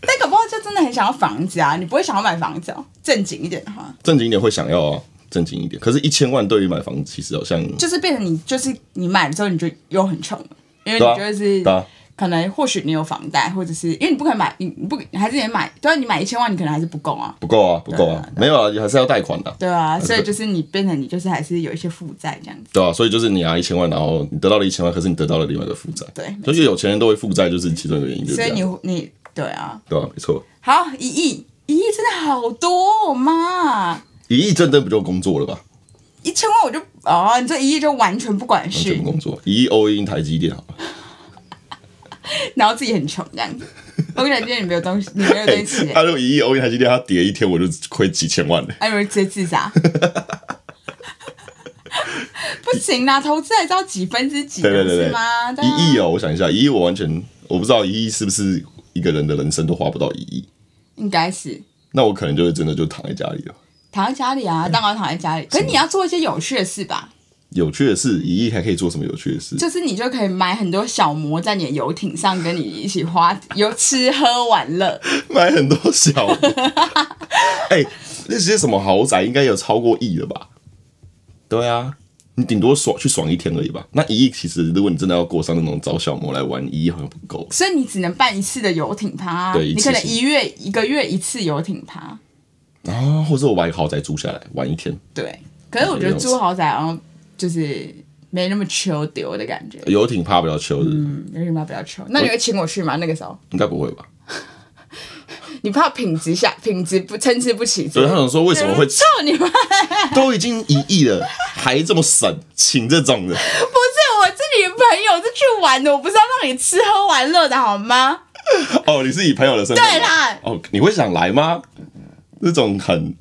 Speaker 2: 但搞不好就真的很想要房子啊！你不会想要买房子哦，正经一点的话，
Speaker 1: 正经一点会想要啊，正经一点。可是，一千万对于买房子其实好像
Speaker 2: 就是变成你就是你买了之后你就又很穷了，因为
Speaker 1: 对啊
Speaker 2: 你就是
Speaker 1: 对啊
Speaker 2: 可能或许你有房贷，或者是因为你不可能买，你你不你还是得买，对啊，你买一千万你可能还是不够啊，
Speaker 1: 不够啊，不够啊，没有啊，还是要贷款的啊、
Speaker 2: 对啊，所以就是你变成你就是还是有一些负债这样子，
Speaker 1: 对啊，所以就是你拿一千万，然后你得到了一千万，可是你得到了另外一个负债。
Speaker 2: 对没
Speaker 1: 所以有钱人都会负债，就是其中一个原因，就是
Speaker 2: 所
Speaker 1: 这
Speaker 2: 以你
Speaker 1: 样。
Speaker 2: 你对啊，
Speaker 1: 对啊，没错，
Speaker 2: 好一亿一亿真的好多、哦、妈，
Speaker 1: 一亿真的不就工作了吧？
Speaker 2: 一千万我就哦，你这一亿就完全不管
Speaker 1: 完全
Speaker 2: 事
Speaker 1: 不，工作，一亿 all in 台积电好了。
Speaker 2: 然后自己很穷这样子。我跟你讲，今天你没有 东西，你没有东西吃、
Speaker 1: 他如果一亿 all in 台积电，他跌一天我就亏几千万了。
Speaker 2: 哎，有人直接 自杀。不行啦，投资还是要几分之几的，啊
Speaker 1: 对对对
Speaker 2: 是吗？
Speaker 1: 对，一亿
Speaker 2: 哦，
Speaker 1: 哦，我想一下，一亿我完全我不知道一亿是不是一个人的人生都花不到一亿，
Speaker 2: 应该是
Speaker 1: 那我可能就会真的就躺在家里了。
Speaker 2: 躺在家里
Speaker 1: 嗯
Speaker 2: 啊，当然躺在家里。可是你要做一些有趣的事吧，
Speaker 1: 有趣的是，一亿还可以做什么有趣的事？
Speaker 2: 就是你就可以买很多小模在你的游艇上，跟你一起花 有吃喝玩乐。
Speaker 1: 买很多小屋， 哎、那些什么豪宅应该有超过亿了吧？对啊，你顶多爽去爽一天而已吧。那一亿其实，如果你真的要过上那种找小魔来玩，一亿好像不够。
Speaker 2: 所以你只能办一次的游艇趴啊，
Speaker 1: 对一
Speaker 2: 你
Speaker 1: 次
Speaker 2: 可能
Speaker 1: 性
Speaker 2: 一月一个月一次游艇趴，
Speaker 1: 啊，或者我把一个豪宅租下来玩一天，
Speaker 2: 对。可是我
Speaker 1: 有
Speaker 2: 觉得
Speaker 1: 用
Speaker 2: 租豪宅好像就是没那么秋丢的感觉，
Speaker 1: 游艇趴比较秋日，
Speaker 2: 嗯，有什么比较秋？那你会请我去吗？那个时候
Speaker 1: 应该不会吧？
Speaker 2: 你怕品质下品质不参差不齐之
Speaker 1: 所
Speaker 2: 类
Speaker 1: 以
Speaker 2: 的，
Speaker 1: 他想说，为什么会
Speaker 2: 操你妈！
Speaker 1: 都已经一亿了，还这么省，请这种的？
Speaker 2: 不是我是你朋友，是去玩的，我不是要让你吃喝玩乐的好吗？
Speaker 1: 哦，你是以朋友的身份吗
Speaker 2: 对啦
Speaker 1: 哦，你会想来吗？那种很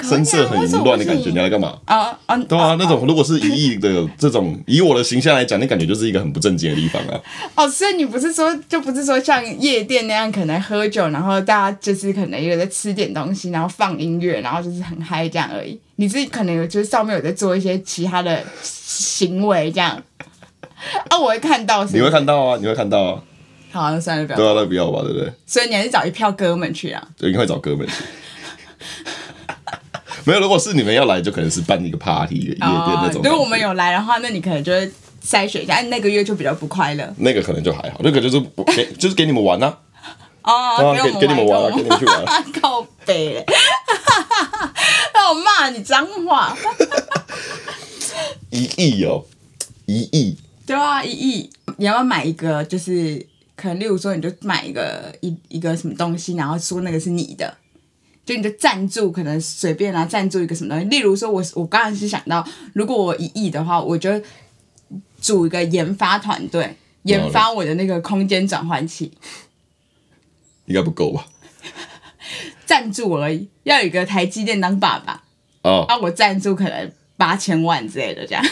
Speaker 1: 声色很淫乱的感觉，你要来干嘛？
Speaker 2: 啊啊！
Speaker 1: 对啊，那种如果是一亿的这种，以我的形象来讲，那感觉就是一个很不正经的地方啊。
Speaker 2: 哦，所以你不是说就不是说像夜店那样，可能喝酒，然后大家就是可能有在吃点东西，然后放音乐，然后就是很嗨这样而已。你自己可能有就是上面有在做一些其他的行为这样。啊，我会看到是不
Speaker 1: 你
Speaker 2: 是
Speaker 1: 会看到啊，你会看到啊，
Speaker 2: 好，哦那算了，不要
Speaker 1: 对。啊，那不要吧，对不对？
Speaker 2: 所以你还是找一票哥们去啊。
Speaker 1: 就应该会找哥们 去。没有，如果是你们要来，就可能是办一个 party 夜店那种感
Speaker 2: 哦如
Speaker 1: 觉。
Speaker 2: 果我们有来的话，那你可能就会筛选一下，哎，那个月就比较不快乐。
Speaker 1: 那个可能就还好，那个就是我给就是给你们玩啊，
Speaker 2: 哦，
Speaker 1: 给给你们玩啊，给你们去玩啊。
Speaker 2: 玩， 靠北嘞，让我骂你脏话，
Speaker 1: 一亿哦，一亿，
Speaker 2: 对啊，一亿，你要不要买一个？就是可能，例如说，你就买一个一一个什么东西，然后说那个是你的，就你就赞助，可能随便啊，赞助一个什么东西。例如说我，我刚才是想到，如果我一亿的话，我就组一个研发团队，研发我的那个空间转换器，
Speaker 1: 应该不够吧？
Speaker 2: 赞助而已，要有一个台积电当爸爸，
Speaker 1: 哦，
Speaker 2: 啊，我赞助可能八千万之类的这样。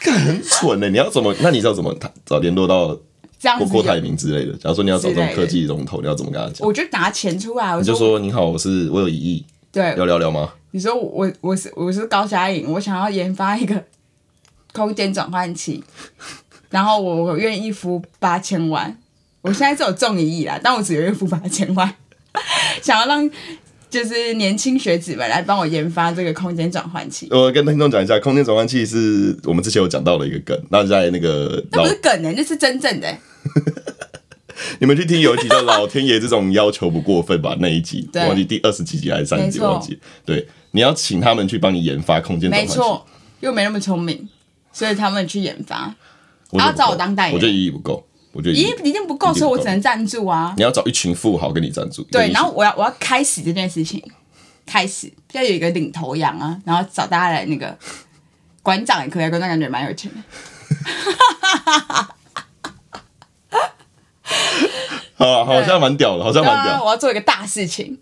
Speaker 1: 干很蠢呢、你要怎么？那你知道怎么他早联络到
Speaker 2: 这样子
Speaker 1: 郭郭
Speaker 2: 有
Speaker 1: 台铭之类的？假如说你要找这
Speaker 2: 之
Speaker 1: 种
Speaker 2: 类的
Speaker 1: 科技龙头，你要怎么跟他讲？
Speaker 2: 我就拿钱出来，我
Speaker 1: 你
Speaker 2: 说
Speaker 1: 就
Speaker 2: 哎
Speaker 1: 说你好，我是我有一亿，
Speaker 2: 对
Speaker 1: 要，聊聊吗？
Speaker 2: 你说我我是我是高佳颖，我想要研发一个空间转换器，然后我我愿意付八千万，我现在只有中一亿啦，但我只愿意付八千万， 想要让就是年轻学子们来帮我研发这个空间转换器，
Speaker 1: 我跟听众讲一下，空间转换器是我们之前有讲到的一个梗，那在那个
Speaker 2: 那
Speaker 1: 老
Speaker 2: 不是梗呢、那是真正的欸、
Speaker 1: 你们去听有一集叫《老天爷这种要求不过分》吧，那一集
Speaker 2: 对
Speaker 1: 我忘记第二十几集还是三十集，
Speaker 2: 没错
Speaker 1: 忘记。对，你要请他们去帮你研发空间转
Speaker 2: 没
Speaker 1: 换器，我
Speaker 2: 错，又没那么聪明，所以他们去研发，
Speaker 1: 觉得
Speaker 2: 然后
Speaker 1: 不
Speaker 2: 找我
Speaker 1: 够
Speaker 2: 当代言
Speaker 1: 我觉得一亿不够，我觉得一亿
Speaker 2: 一
Speaker 1: 不够
Speaker 2: 一定不够，
Speaker 1: 一定不够
Speaker 2: 所以我只能赞助啊。
Speaker 1: 你要找一群富豪跟你赞助，跟
Speaker 2: 对，
Speaker 1: 你一起
Speaker 2: 然后我要我要开始这件事情，开始要有一个领头羊啊，然后找大家来那个馆长也可以啊，馆长感觉蛮有钱的。
Speaker 1: 好啊，好像蛮屌的，好像
Speaker 2: 对
Speaker 1: 蛮
Speaker 2: 啊，
Speaker 1: 屌。
Speaker 2: 我要做一个大事情。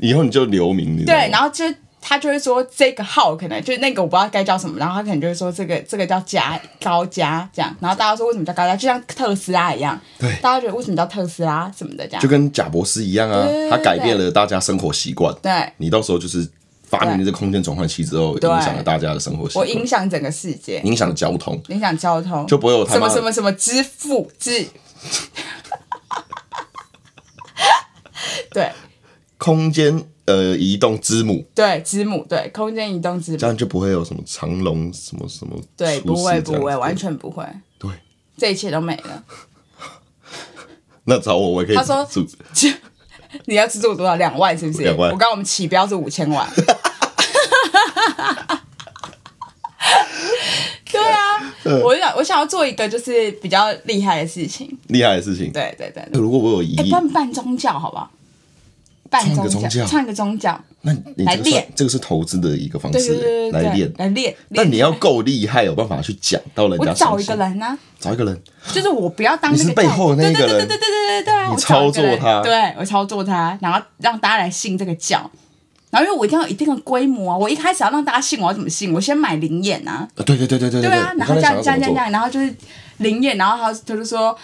Speaker 1: 以后你就留名，你知道吗
Speaker 2: 对，然后就他就会说这个号可能就是那个我不知道该叫什么，然后他可能就会说这个这个叫加高加这样，然后大家说为什么叫高加，就像特斯拉一样，
Speaker 1: 对
Speaker 2: 大家觉得为什么叫特斯拉什么的这
Speaker 1: 就
Speaker 2: 样，
Speaker 1: 跟贾博士一样啊
Speaker 2: 对对，对
Speaker 1: 他改变了大家生活习惯。
Speaker 2: 对
Speaker 1: 你到时候就是发明了这空间转换器之后，
Speaker 2: 对
Speaker 1: 影响了大家的生活习
Speaker 2: 我
Speaker 1: 惯，
Speaker 2: 影响整个世界，
Speaker 1: 影响了交通，
Speaker 2: 影响交通，
Speaker 1: 就不会有他
Speaker 2: 什
Speaker 1: 妈
Speaker 2: 么什
Speaker 1: 的
Speaker 2: 么什么支付支， 对
Speaker 1: 空间呃移动之母，
Speaker 2: 对，之母对，空间移动之
Speaker 1: 这
Speaker 2: 母，
Speaker 1: 样就不会有什么长龙什么什么
Speaker 2: 对，
Speaker 1: 出
Speaker 2: 不
Speaker 1: 事
Speaker 2: 会
Speaker 1: 这
Speaker 2: 不
Speaker 1: 样子
Speaker 2: 会，完全不会，
Speaker 1: 对。
Speaker 2: 这一切都没了。
Speaker 1: 那找我，我也可以
Speaker 2: 他说
Speaker 1: 住
Speaker 2: 你要资助多少？两万是不是？
Speaker 1: 两万
Speaker 2: 我刚我们起标是五千万。 对啊，
Speaker 1: 嗯
Speaker 2: 我想我想要做一个就是比较厉害的事情。
Speaker 1: 厉害的事情。
Speaker 2: 对对对对，
Speaker 1: 如果我有一
Speaker 2: 哎、
Speaker 1: 亿，
Speaker 2: 办办宗教好不好？办
Speaker 1: 创一个宗
Speaker 2: 教，
Speaker 1: 教
Speaker 2: 创一个宗教，
Speaker 1: 那你
Speaker 2: 来
Speaker 1: 这个算
Speaker 2: 练
Speaker 1: 这个是投资的一个方
Speaker 2: 对对
Speaker 1: 式
Speaker 2: 对对对，
Speaker 1: 来练。
Speaker 2: 来练。
Speaker 1: 但
Speaker 2: 练
Speaker 1: 你要够厉害，有办法去讲到人
Speaker 2: 我
Speaker 1: 家
Speaker 2: 找
Speaker 1: 身
Speaker 2: 一个
Speaker 1: 上。
Speaker 2: 人啊，
Speaker 1: 找一个人，
Speaker 2: 就是我不要当
Speaker 1: 你
Speaker 2: 那
Speaker 1: 是
Speaker 2: 个
Speaker 1: 背
Speaker 2: 教
Speaker 1: 后的那
Speaker 2: 对
Speaker 1: 个
Speaker 2: 对
Speaker 1: 人
Speaker 2: 对对对对对对啊，
Speaker 1: 你
Speaker 2: 我找一个
Speaker 1: 操作
Speaker 2: 人
Speaker 1: 他
Speaker 2: 对我操作他，然后让大家来信这个教。然后因为我一定要有一定的规模啊，我一开始要让大家信，我要怎么信？我先买灵眼啊，
Speaker 1: 呃对对对对对对
Speaker 2: 对啊，
Speaker 1: 你
Speaker 2: 然后
Speaker 1: 刚
Speaker 2: 这
Speaker 1: 才
Speaker 2: 样
Speaker 1: 想
Speaker 2: 这
Speaker 1: 要怎么
Speaker 2: 样这样这
Speaker 1: 做？
Speaker 2: 样，然后就是灵验，然后他他就说，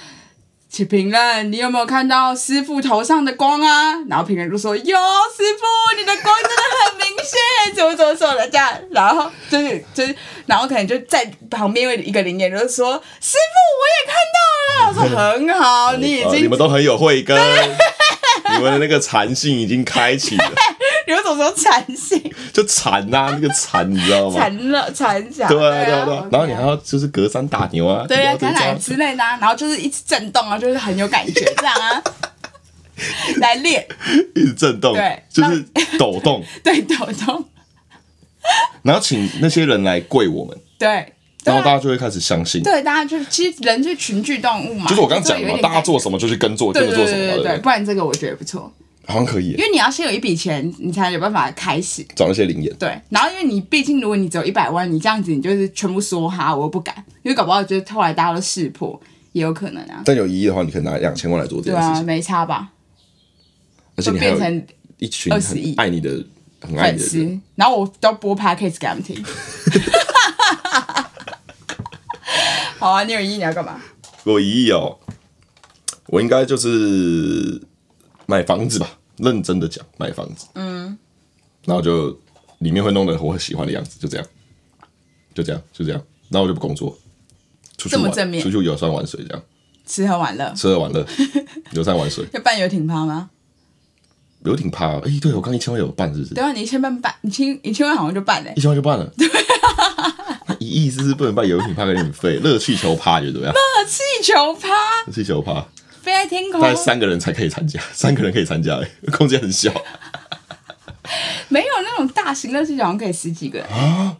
Speaker 2: 请评论，你有没有看到师傅头上的光啊？然后评论就说有，师傅你的光真的很明显，怎么怎么怎么的这样，然后就是就是，然后可能就在旁边有一个灵验就是说，师傅我也看到了，我说很好，嗯啊你已
Speaker 1: 呃
Speaker 2: 经
Speaker 1: 你们都很有慧 根，你们的那个禅性已经开启了，
Speaker 2: 你们怎么说禅 性
Speaker 1: 就禅呐、那个禅你知道吗？
Speaker 2: 禅了禅想，
Speaker 1: 对啊对啊对啊，然后你还
Speaker 2: 还。
Speaker 1: 要就是隔山打牛啊，
Speaker 2: 对
Speaker 1: 你
Speaker 2: 啊，
Speaker 1: 要这
Speaker 2: 橄榄
Speaker 1: 样
Speaker 2: 之类的、啊，然后就是一直震动啊，就是很有感觉这 样啊，来练，
Speaker 1: 一直震动
Speaker 2: 对，
Speaker 1: 就是抖动，
Speaker 2: 对抖动，
Speaker 1: 然后请那些人来跪我们，
Speaker 2: 对，对
Speaker 1: 然后大
Speaker 2: 啊，
Speaker 1: 家就会开始相信。
Speaker 2: 对大家就其实人是群居动物嘛，
Speaker 1: 就是我刚刚讲
Speaker 2: 就
Speaker 1: 的
Speaker 2: 有
Speaker 1: 嘛，
Speaker 2: 一点
Speaker 1: 大家做什么就去跟做，
Speaker 2: 对
Speaker 1: 跟
Speaker 2: 对
Speaker 1: 着
Speaker 2: 对
Speaker 1: 做什么嘛，
Speaker 2: 对对
Speaker 1: 对
Speaker 2: 对，
Speaker 1: 不对？
Speaker 2: 不然这个我觉得不错，
Speaker 1: 好像可以
Speaker 2: 因
Speaker 1: 耶
Speaker 2: 为你要先有一笔钱，你才有办法开始，
Speaker 1: 找那些灵眼，
Speaker 2: 对，然后因为你毕竟如果你只有一百万，你这样子你就是全部梭哈，我又不敢，因为搞不好就是后来大家都识破，也有可能啊，
Speaker 1: 但有一亿的话，你可以拿两千万来做这
Speaker 2: 对
Speaker 1: 件事
Speaker 2: 啊，
Speaker 1: 情，
Speaker 2: 没差吧，
Speaker 1: 而且
Speaker 2: 就
Speaker 1: 你还
Speaker 2: 变
Speaker 1: 有
Speaker 2: 成
Speaker 1: 一群
Speaker 2: 20
Speaker 1: 很
Speaker 2: 亿
Speaker 1: 爱你的、很爱
Speaker 2: 粉
Speaker 1: 你的人，
Speaker 2: 丝，然后我都播 podcast 给他们听。 好啊，你有意你要干嘛？
Speaker 1: 我一亿哦，我应该就是买房子吧，认真的讲，买房子，嗯，然后就里面会弄得我很喜欢的样子，就这样，就这样，就这样，然后我就不工作，出去
Speaker 2: 这么
Speaker 1: 玩，
Speaker 2: 正面
Speaker 1: 出去游山玩水，这样
Speaker 2: 吃喝玩乐，
Speaker 1: 吃喝玩乐，游山玩水，
Speaker 2: 要办游艇趴吗？
Speaker 1: 游艇趴哦，哎、对我刚一千万有办是不是？
Speaker 2: 对啊，你一千万办，你千一千万好像就办嘞、
Speaker 1: 一千万就办了。对 啊，一亿是不是不能办游艇趴跟你们费？热气球趴觉得怎么样？
Speaker 2: 气球趴
Speaker 1: 热气球趴，
Speaker 2: 飞在天空
Speaker 1: 大，概三个人才可以参加，三个人可以参加、 欸，空间很小。
Speaker 2: 没有那种大型乐器好像可以十几个人。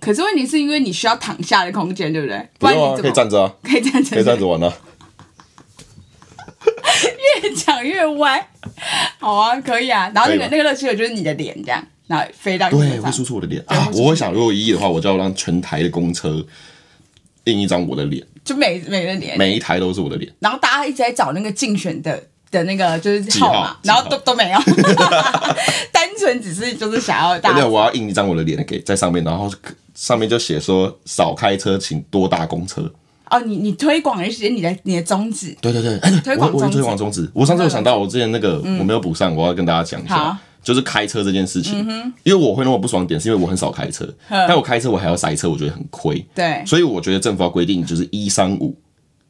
Speaker 2: 可是问题是因为你需要躺下的空间，对不对？
Speaker 1: 啊不
Speaker 2: 然
Speaker 1: 用啊，
Speaker 2: 你怎
Speaker 1: 可以
Speaker 2: 么
Speaker 1: 站着啊，
Speaker 2: 可以站着，
Speaker 1: 可以站着玩啊。
Speaker 2: 越讲越歪。好啊，可以啊。然
Speaker 1: 可
Speaker 2: 后那个
Speaker 1: 以吧
Speaker 2: 那个乐趣友就是你的脸这样，然后飞到你
Speaker 1: 对，
Speaker 2: 身
Speaker 1: 会
Speaker 2: 上。
Speaker 1: 输出我的脸啊！我会想，如果一亿的话，我就要让全台的公车印一张我的脸，
Speaker 2: 就每每个脸。
Speaker 1: 每一台都是我的脸。
Speaker 2: 然后大家一直在找那个竞选的的那个就是号码，
Speaker 1: 记
Speaker 2: 然
Speaker 1: 号
Speaker 2: 后都都没有， 单纯只是就是想要大
Speaker 1: 而且
Speaker 2: 家
Speaker 1: 我要印一张我的脸给在上面，然后上面就写说少开车，请多搭公车。
Speaker 2: 哦，你你推广一些你的你的宗旨。
Speaker 1: 对对对，哎，
Speaker 2: 推
Speaker 1: 我
Speaker 2: 广
Speaker 1: 我已经
Speaker 2: 宗旨嗯
Speaker 1: 推广宗旨。我上次有想到，我之前那个我没有补上，我要跟大家讲一
Speaker 2: 好嗯
Speaker 1: 下，就是开车这件事情。因为我会那么不爽的点，是因为我很少开车，但我开车我还要塞车，我觉得很亏。
Speaker 2: 对，
Speaker 1: 所以我觉得政府要规定，就是一三五，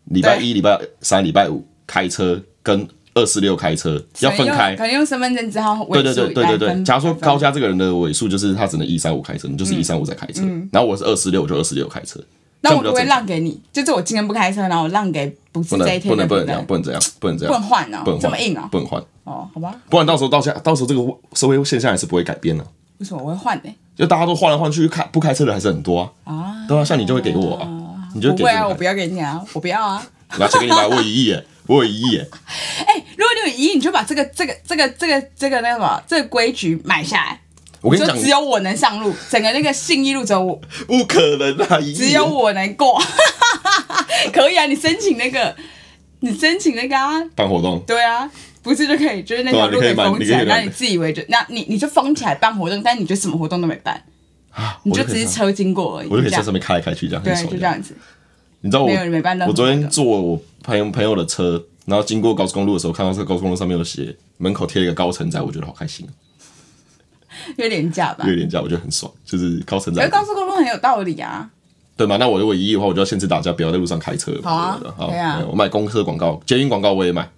Speaker 1: 礼拜一、礼拜三、礼拜五开车跟二四六开车要分
Speaker 2: 可能用
Speaker 1: 开
Speaker 2: 可。能用身份证之后
Speaker 1: 对
Speaker 2: 尾
Speaker 1: 对
Speaker 2: 数
Speaker 1: 对对对
Speaker 2: 来
Speaker 1: 对，
Speaker 2: 分
Speaker 1: 假如说高家这个人的尾数就是他只能一三五开车，你就是一三五在开车，
Speaker 2: 嗯
Speaker 1: 然后我是二四六，我就二四六开车，这
Speaker 2: 那
Speaker 1: 样
Speaker 2: 我
Speaker 1: 比较
Speaker 2: 就会
Speaker 1: 正常。
Speaker 2: 让给你，就是我今天不开车，然后我让给不是
Speaker 1: 不
Speaker 2: 这一
Speaker 1: 能
Speaker 2: 天
Speaker 1: 不
Speaker 2: 的
Speaker 1: 能不能这
Speaker 2: 对不对
Speaker 1: 样，不能这样，不能这
Speaker 2: 不能
Speaker 1: 样，
Speaker 2: 换哦
Speaker 1: 不，能
Speaker 2: 这
Speaker 1: 换
Speaker 2: 么硬哦，
Speaker 1: 不能换，
Speaker 2: 哦，好吧，
Speaker 1: 不然到时候到下到时候这个社会现象还是不会改变的、
Speaker 2: 为什么我会换呢？
Speaker 1: 就大家都换来换去，开不开车的还是很多啊。
Speaker 2: 啊，
Speaker 1: 对啊，像你就会给我啊，你就会
Speaker 2: 不
Speaker 1: 给
Speaker 2: 会
Speaker 1: 这
Speaker 2: 啊，
Speaker 1: 个
Speaker 2: 我
Speaker 1: 牌
Speaker 2: 不要给你啊，我不要啊。
Speaker 1: 拿钱给你买，我有一亿耶，我有一亿耶。
Speaker 2: 哎，如果你有疑义，你就把这个这个这个这个这个那个什么这个规矩买下来，
Speaker 1: 我跟你
Speaker 2: 就
Speaker 1: 讲，
Speaker 2: 只有我能上路，整个那个信义路只有我，
Speaker 1: 不可能啊！一亿
Speaker 2: 只有我能过。 可以啊，你申请那个，你申请那个啊，
Speaker 1: 办活动，
Speaker 2: 对啊，不是就可以，就是那条
Speaker 1: 对啊
Speaker 2: 路
Speaker 1: 你可以买
Speaker 2: 封起来，
Speaker 1: 你可以买
Speaker 2: 那你自以为就那你你就封起来办活动，但你就什么活动都没办，你就
Speaker 1: 啊我就
Speaker 2: 只
Speaker 1: 可以
Speaker 2: 是车经过而已，
Speaker 1: 我就可以
Speaker 2: 这
Speaker 1: 在
Speaker 2: 样
Speaker 1: 上面开来开去，这样很
Speaker 2: 对，
Speaker 1: 爽
Speaker 2: 就这。样子，
Speaker 1: 你知道我
Speaker 2: 没有人没办任何
Speaker 1: 我昨
Speaker 2: 活
Speaker 1: 天
Speaker 2: 动
Speaker 1: 坐我朋友朋友的车，然后经过高速公路的时候，看到这个高速公路上面有写门口贴了一个高承载，我觉得好开心哦，
Speaker 2: 因为廉价吧
Speaker 1: 因。为廉价我觉得很爽，就是高承
Speaker 2: 可
Speaker 1: 载
Speaker 2: 是，高速公路很有道理啊，
Speaker 1: 对吗？那我如果一亿的话，我就要限制大家不要在路上开车了。
Speaker 2: 好
Speaker 1: 对
Speaker 2: 啊
Speaker 1: 不对好，
Speaker 2: 对啊
Speaker 1: 没有我买公车广告、捷运广告我也买。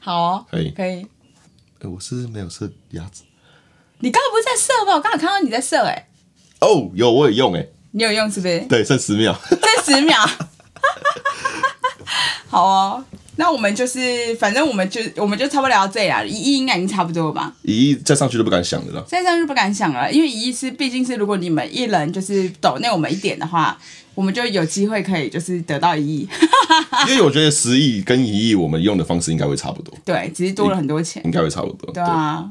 Speaker 2: 好哦，
Speaker 1: 可以
Speaker 2: 可以。
Speaker 1: 哎，我是没有射鸭子
Speaker 2: 你刚刚不是在射吧？我刚好看到你在射，哎，
Speaker 1: 哦，有我也用哎，
Speaker 2: 你有用是不是？
Speaker 1: 对，剩十秒，
Speaker 2: 这十秒。好哦，那我们就是，反正我们就我们就差不多聊到这里啦，一亿应该已经差不多了吧？
Speaker 1: 一亿再上去都不敢想的 了啦。
Speaker 2: 现在就不敢想了，因为一亿是毕竟是如果你们一人就是抖内我们一点的话，我们就有机会可以就是得到一亿，
Speaker 1: 因为我觉得十亿跟一亿，我们用的方式应该会差不多，
Speaker 2: 对，只是多了很多钱，
Speaker 1: 应该会差不多。
Speaker 2: 对啊。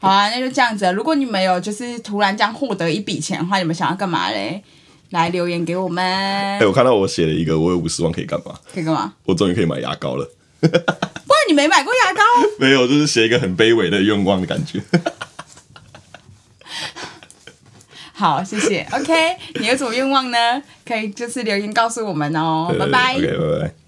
Speaker 2: 好啊，那就这样子了。如果你们有就是突然这样获得一笔钱的话，你们想要干嘛嘞？来留言给我们
Speaker 1: 哎、，我看到我写了一个，我有五十万可以干嘛？
Speaker 2: 可以干嘛？
Speaker 1: 我终于可以买牙膏了。
Speaker 2: 不然你没买过牙膏，
Speaker 1: 没有，就是写一个很卑微的愿望的感觉。
Speaker 2: 好，谢谢。OK，你有什么愿望呢？可以就是留言告诉我们哦。拜拜。
Speaker 1: OK，拜拜。